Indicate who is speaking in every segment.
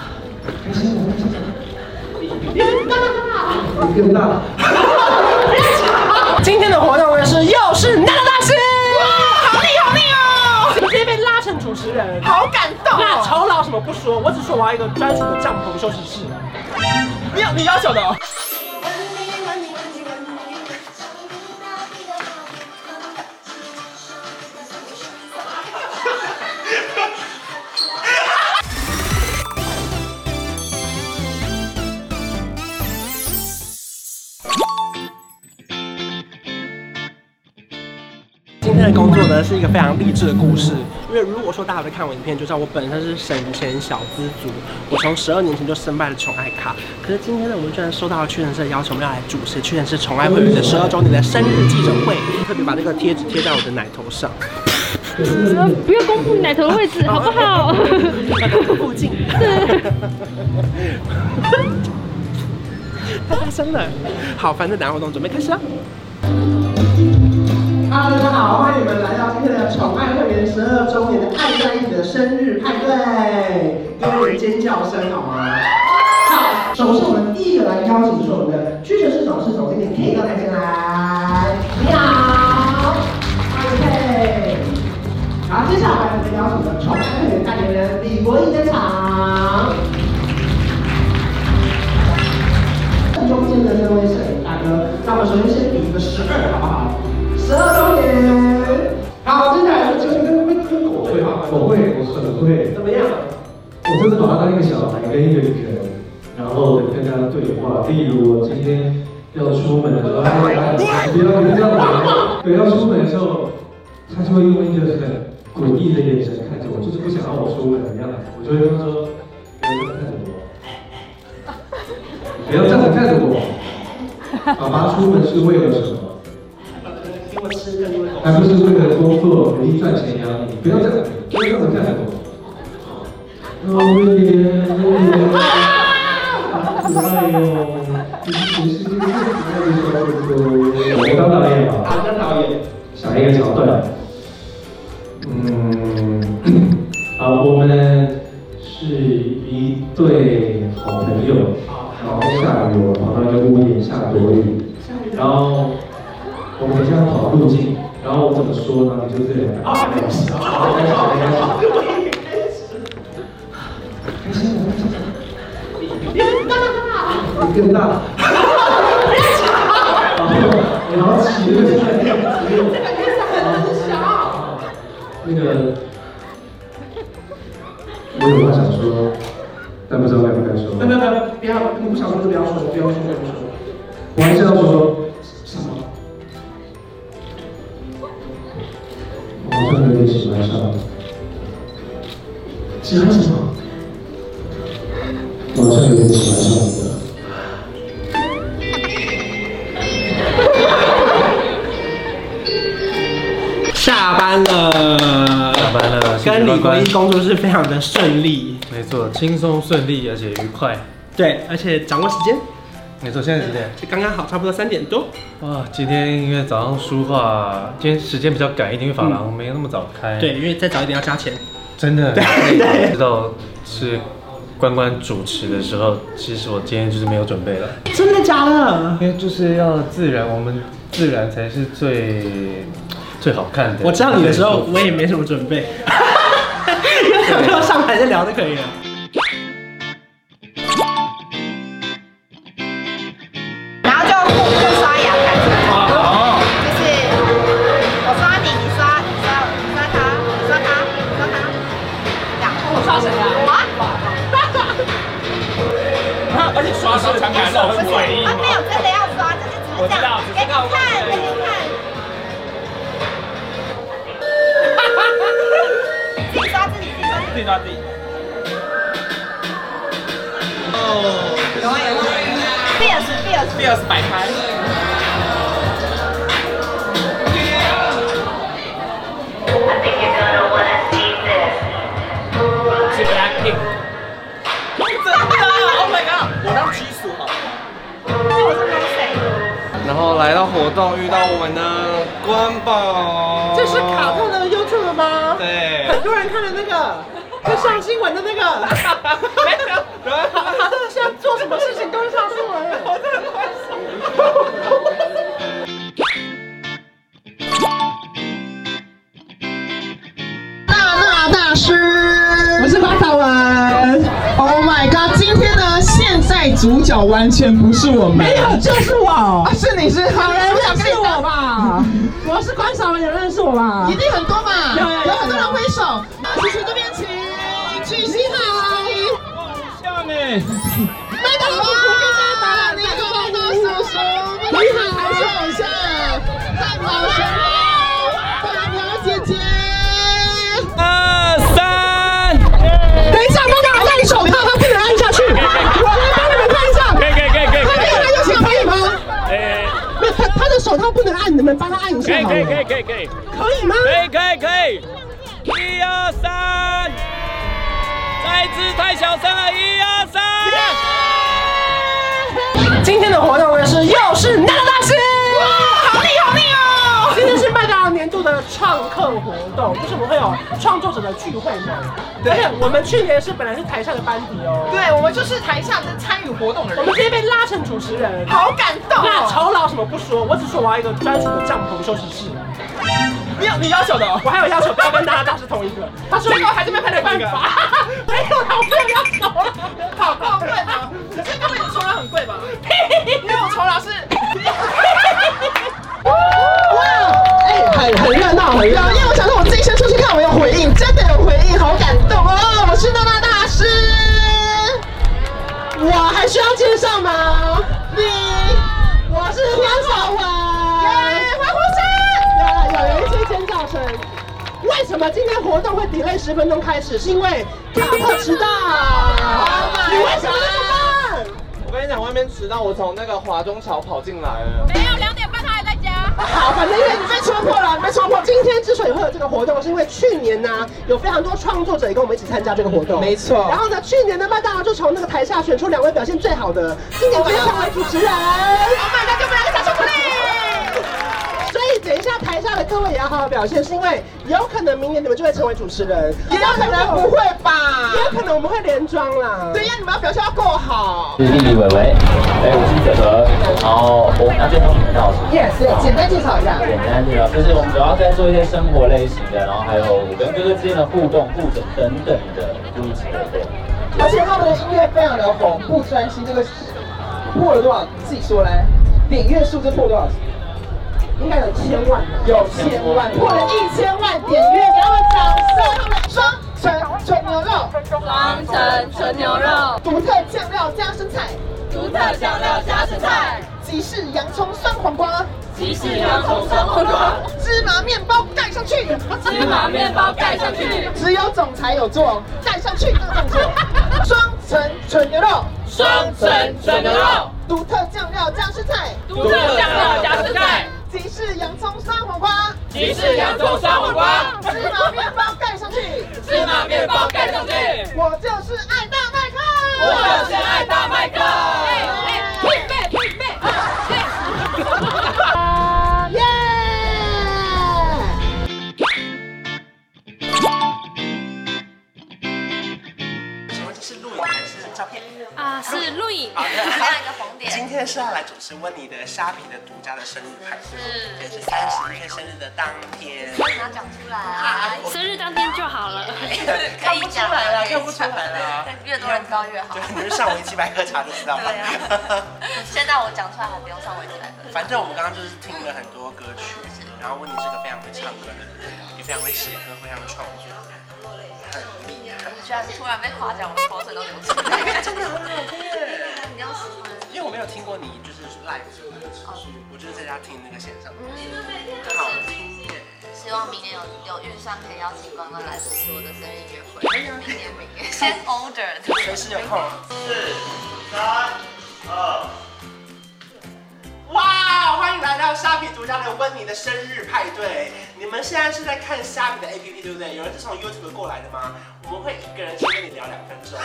Speaker 1: 开心吗？开心吗？
Speaker 2: 你很大，
Speaker 1: 你更大。
Speaker 3: 今天的活动呢是又是娜娜大师，哇，
Speaker 2: 好厉好厉哦，
Speaker 3: 直接被拉成主持人。
Speaker 2: 好感动
Speaker 3: 那
Speaker 2: 哦。
Speaker 3: 酬劳什么不说，我只说我要一个专属的帐篷休息室。
Speaker 2: 你有你要求的哦。
Speaker 3: 今天的工作呢是一个非常励志的故事，因为如果说大家有在看我影片，就知道我本身是省钱小资族，我从十二年前就身败了宠爱卡。可是今天呢，我们居然收到了屈臣氏的邀请，我们要来主持屈臣氏宠爱会员的十二周年的生日记者会，特别把这个贴纸贴在我的奶头上，
Speaker 4: 不要公布奶头的位置，好不好？
Speaker 3: 附近。太大声了。好，反正打活动准备开始啊。哈喽，大家好，欢迎你们来到今天的宠爱会员十二周年的爱在意的生日派对，给我们尖叫声好吗？好，首先我们第一个来邀请是我们的巨石市董事总经理 K 哥来进来，你好，欢迎 K。好，接下来我们邀请我们宠爱会员代言人李国义登场。正中间的这位摄影大哥，让我们首先先比一个十二，好不好？十二周年。好，接下来就是跟跟跟我会吗？
Speaker 1: 我会，我很会。
Speaker 3: 怎么样？
Speaker 1: 我真的把它当一个小孩跟一个女人，然后跟他对话。例如我今天要出门的时候，他会来，不要别这样子。对，要出门的时候，他就会用一个很诡异的眼神看着我，就是不想让我出门的样子。我就会跟他说：“你不要看着我，不要这样子看着我。爸爸出门是为了什么？
Speaker 3: 给我吃更多。
Speaker 1: 还不是为了工作努力赚钱养你？不要这样子，不要这样子看着我。”哦，威廉，威廉，可爱哟！你是这个可爱的小狗狗。我当导演吧。
Speaker 3: 好，那导演，
Speaker 1: 想一个桥段。嗯，啊，我们是一对好朋友，然后下雨，我跑到一个屋檐下躲雨，然后我们这样跑路径，然后我怎么说呢？你就这样。啊，开始，开始，开始。开心吗？
Speaker 2: 你很大，
Speaker 1: 你更大。然后起了
Speaker 2: 这个月子很小。
Speaker 1: 那个，我有话想说，但不知道该不该说。
Speaker 3: 不不不，不要，你不想说就不要说，不要说就不说。
Speaker 1: 我还是要说什么？我好像有点喜欢上了。
Speaker 3: 喜欢什么？
Speaker 1: 我好像有点喜欢上你了。
Speaker 3: 下班了。
Speaker 5: 下班了谢谢
Speaker 3: 跟李国
Speaker 5: 关关
Speaker 3: 义工作是非常的顺利，
Speaker 5: 没错，轻松顺利而且愉快。
Speaker 3: 对，而且掌握时间，
Speaker 5: 没错，现在几点？
Speaker 3: 就刚刚好，差不多三点多。
Speaker 5: 哇，今天因为早上书画，今天时间比较赶一点，因为发廊没那么早开。
Speaker 3: 嗯对，，因为再早一点要加钱。
Speaker 5: 真的。
Speaker 3: 对对
Speaker 5: 知道是关关主持的时候，其实我今天就是没有准备了，
Speaker 3: 真的假的？
Speaker 5: 因为就是要自然，我们自然才是最最好看的。
Speaker 3: 我知道你的时候，
Speaker 5: 对
Speaker 3: 我也没什么准备。有没有上台再聊就可以了。
Speaker 2: 然后就我们就刷牙开始，就是我刷你，你刷你刷我你刷他，你刷他，你刷他，这样。我刷谁啊？我啊。
Speaker 6: 而且刷手传感到很诡异
Speaker 2: 啊，没有
Speaker 6: 吗？
Speaker 2: 真的要刷，就是只是这样，给你看，给你看。自己刷自己，自己刷自己。
Speaker 6: 自己抓自己。
Speaker 2: b i r s b i r s
Speaker 6: 第二是摆拍。是 Blackpink 真的，Oh my god！我当基数好了。
Speaker 2: 我是拍谁？
Speaker 7: 然后来到活动，遇到我们的关宝，
Speaker 3: 这是卡特的 YouTube 吗？
Speaker 7: 对，
Speaker 3: 很多人看的那个，就上新闻的那个。没有，
Speaker 8: Oh 主角完全不是我们，
Speaker 2: 没有，就是我
Speaker 8: 啊，。是你是
Speaker 2: 好
Speaker 8: 好
Speaker 2: 人不是我吧？我是关少文，有认识我吧？
Speaker 8: 一定很多嘛，
Speaker 2: 有有有
Speaker 8: 有很多人挥手，那请这边请，巨星好，下面，麦当劳跟大家打打那个麦当叔叔，你好，还是偶像，汉堡神猫，大苗姐姐，
Speaker 6: 二三，
Speaker 8: 等一下，帮他按手套，他不能按下去，我来帮你们看一下，
Speaker 6: 可以可以可以可以
Speaker 8: 他
Speaker 6: 可
Speaker 8: 那个按下去可以吗？
Speaker 6: 以，哎，
Speaker 8: 没有他他的手套不能按，你们帮他按一
Speaker 6: 可
Speaker 8: 下
Speaker 6: 以
Speaker 8: 好
Speaker 6: 可以
Speaker 8: 了，
Speaker 6: 可以可以可以
Speaker 8: 可以吗？
Speaker 6: 可以可以，一二三，再一次太小声了，一二三。
Speaker 8: 今天的活动呢是又是娜娜大师，哇，好厉好厉哦！今天是麦当劳年度的创客活动，就是我们会有创作者的聚会嘛。而且我们去年是本来是台上的班底哦，
Speaker 3: 对，我们就是台下的参与活动的
Speaker 8: 我
Speaker 3: 人，
Speaker 8: 们直接被拉成主持人。
Speaker 3: 好感动
Speaker 8: 那
Speaker 3: 哦！
Speaker 8: 酬劳什么不说，我只说我要一个专属的帐篷休息室。
Speaker 3: 你要你要求的哦，
Speaker 8: 我还有要求，不要跟娜娜大师同一个。他说
Speaker 3: 最后还是被拍成
Speaker 8: 办
Speaker 3: 同一个
Speaker 8: 法， 没有啦，我没有要求了，好
Speaker 3: 好
Speaker 8: 过
Speaker 3: 贵
Speaker 8: 分
Speaker 3: 哦！
Speaker 8: 啊！
Speaker 3: 你这个你的酬劳很贵吧？因为我酬 劳是，
Speaker 8: 哎，很很热闹，很热闹。因为我想说，我自己先出去看，我有回应，真的有回应，好感动哦！我是娜娜大师，我还需要介绍吗？你，我是啊关少文，耶，欢呼声！啊有了，有有一些尖叫声。为什么今天活动会 delay 十分钟开始？是因为大炮迟到。你为什么那么慢？
Speaker 7: 我跟你讲，外面迟到，我从那个华中桥跑进来了。
Speaker 4: 没有，两点半他还在家。
Speaker 8: 好，反正因为你被戳破了，你被戳破。今天之所以会有这个活动，是因为去年呢、有非常多创作者也跟我们一起参加这个活动，没错。然后呢，去年的麦当劳就从那个台下选出两位表现最好的，今年直接成为主持人。Oh my god！给我们两个掌声鼓励。所以等一下台下的各位也要好好表现，是因为有可能明年你们就会成为主持人，也有可能不会吧，也有可能我们会连庄啦。对呀，你们要表现要够好。
Speaker 9: 是丽丽伟伟，哎，我是哲哲，然后哦我们俩最后频道是
Speaker 8: Yes，简单介绍一下。
Speaker 9: 简单介绍，就是我们主要在做一些生活类型的，然后还有我跟哥哥之间的互动、互整等等的不一起活动。
Speaker 8: 而且他们的音乐非常的红，不专心这个破了多少？自己说来，点阅数这破多少？应该有千万，有千万，破了一千万点阅，给他们掌声！他们双层纯牛肉，
Speaker 10: 双层纯牛肉，
Speaker 8: 独特酱料加生菜，
Speaker 10: 独特酱料加生菜，
Speaker 8: 集市洋葱酸黄瓜，
Speaker 10: 集市洋葱酸黄瓜，
Speaker 8: 芝麻面包盖上去，
Speaker 10: 芝麻面包盖上去，
Speaker 8: 只有总裁有做，盖上去这个动作。双层纯牛肉，
Speaker 10: 双层纯牛肉，
Speaker 8: 独特酱料加生菜，
Speaker 10: 独特酱料加生菜，
Speaker 8: 集市洋葱酸黄瓜。
Speaker 10: 集市洋葱酸黄瓜，
Speaker 8: 芝麻面包盖上去，
Speaker 10: 芝麻面包盖上去，
Speaker 8: 我就是爱大麦克。哎
Speaker 10: 我就是爱大麦克。
Speaker 6: 请问这是录影还是照片？
Speaker 4: 啊，是录影。
Speaker 10: 加一个红点
Speaker 6: 今天是要来主持温妮的虾皮的独家的生日派
Speaker 10: 是
Speaker 6: 对，是三十一岁生日的当天。
Speaker 10: 你要讲出来，
Speaker 4: 生日当天就好了。
Speaker 10: 可以讲
Speaker 6: 了看不出来啊了
Speaker 10: 越多人知道越好
Speaker 6: 对，。你们上围棋牌喝茶就知道了。
Speaker 10: 对啊，现在我讲出来很不用上维基百科。
Speaker 6: 反正我们刚刚就是听了很多歌曲，然后温妮是个非常会唱歌的人，也非常会写歌，非常会创作，很啊厉 害。
Speaker 10: 你居然突然被夸奖，我口水都流出来。真的很好听耶！你要喜欢。
Speaker 6: 因为我没有听过你就是 live 的歌曲，我就是在家听那个线上的，好听耶。
Speaker 10: 希望明年有有预算可以邀请关关来主持我的生日音乐会。哎明年明年先 order。
Speaker 6: 随时有空。
Speaker 3: 哇！欢迎来到虾皮独家的温妮的生日派对。你们现在是在看虾皮的 APP 对不对？有人是从 YouTube 过来的吗？我们会一个人先跟你聊两分钟。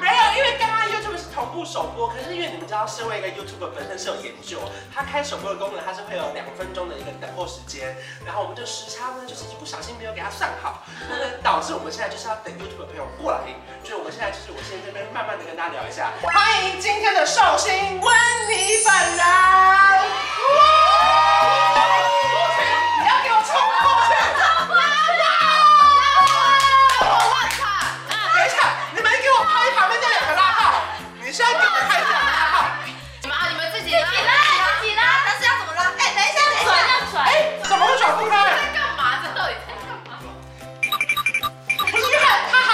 Speaker 3: 没有，因为刚刚 YouTube 是同步首播，可是因为你们知道，身为一个 YouTube 本身是有研究，它开首播的功能，它是会有两分钟的一个等候时间，然后我们就时差呢，就是一不小心没有给它算好，那么导致我们现在就是要等 YouTube 的朋友过来，所以我们现在就是我现在这边慢慢的跟大家聊一下，欢迎今天的寿星温妮本人。哇你要给我冲过去！等一下，你们给我拍旁边那两
Speaker 10: 啊哎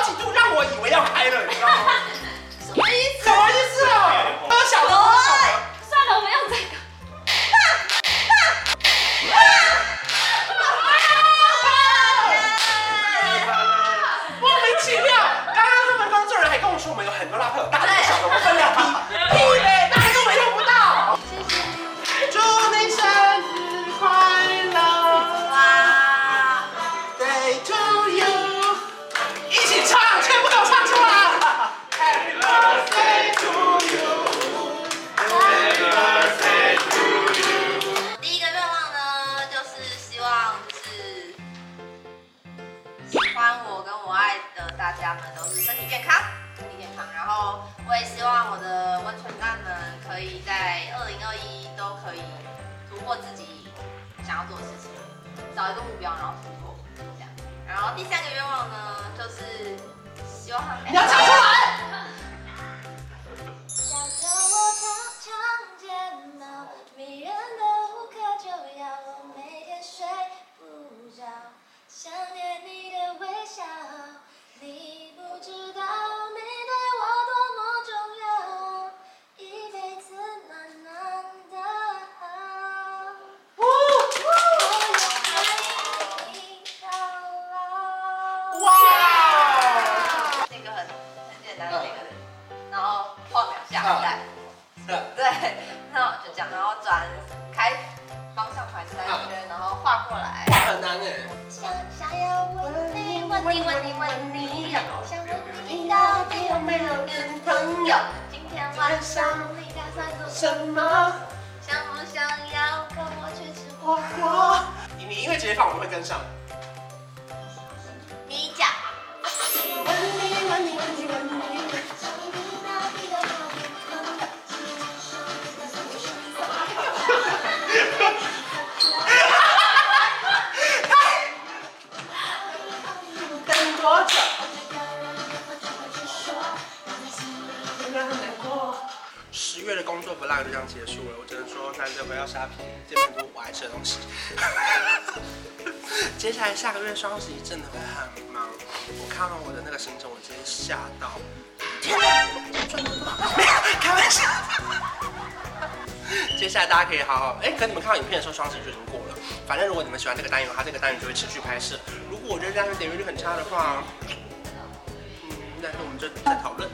Speaker 3: 嗨了，你知道吗？
Speaker 2: 什么意思？
Speaker 3: 什么意思啊？我有想到我有想到
Speaker 2: 算了，我们要再搞。
Speaker 3: 莫名其妙，刚刚他们工作人员还跟我说我们有很多拉票，有大的小的，我们分两批，屁嘞，大家根本用不到。祝你生日快乐！哇，Day to you，一起唱，全部都唱啊出 来。Happy birthday to you，Happy birthday to you。
Speaker 2: 第一个愿望呢，就是希望就是喜欢我跟我爱的大家们都是身体健康，身体健康。然后我也希望我的温存蛋们可以在二零二一都可以突破自己想要做的事情，找一个目标然后突破这样。然后第三个愿望呢，就是希望
Speaker 3: 你要讲出来。
Speaker 2: 想着我常常煎熬，迷人的无可救药，我每天睡不着，想念你的微笑，你不知道你对我多么重要，一辈子难难的好，我永远爱你到老。哇！哎这个很很简
Speaker 3: 嗯
Speaker 2: 单的那个。然后晃两下回来，对，然后就讲，然后转开方向转三圈，然后画过来。
Speaker 3: 很难哎。
Speaker 2: 想想要问你，问你，问你，问你，想问你到底有没有女朋友？今天晚上你打算做什么？想不想要跟我去吃火锅？
Speaker 3: 你你音乐节放我们会跟上。
Speaker 2: 你讲。
Speaker 3: 等多久？让他难过。十月的工作不赖就这样结束了，我只能说难得回到沙皮，这边都我爱吃的东西。 接下来下个月双十一真的会很忙，我看到我的那个行程，我直接吓到。天哪，赚那么多？ 没有，开玩笑。 接下来大家可以好好，哎，可能你们看到影片的时候，双十一就已经过了。反正如果你们喜欢这个单元，它这个单元就会持续拍摄。如果我觉得单元点阅率很差的话，嗯，那我们就再讨论。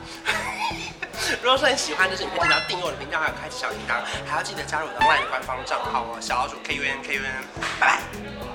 Speaker 3: 如果说你喜欢这支影片，记得要订阅我的频道，还有开启小铃铛，还要记得加入我的 LINE 官方账号哦，小老鼠 KUN KUN，拜拜。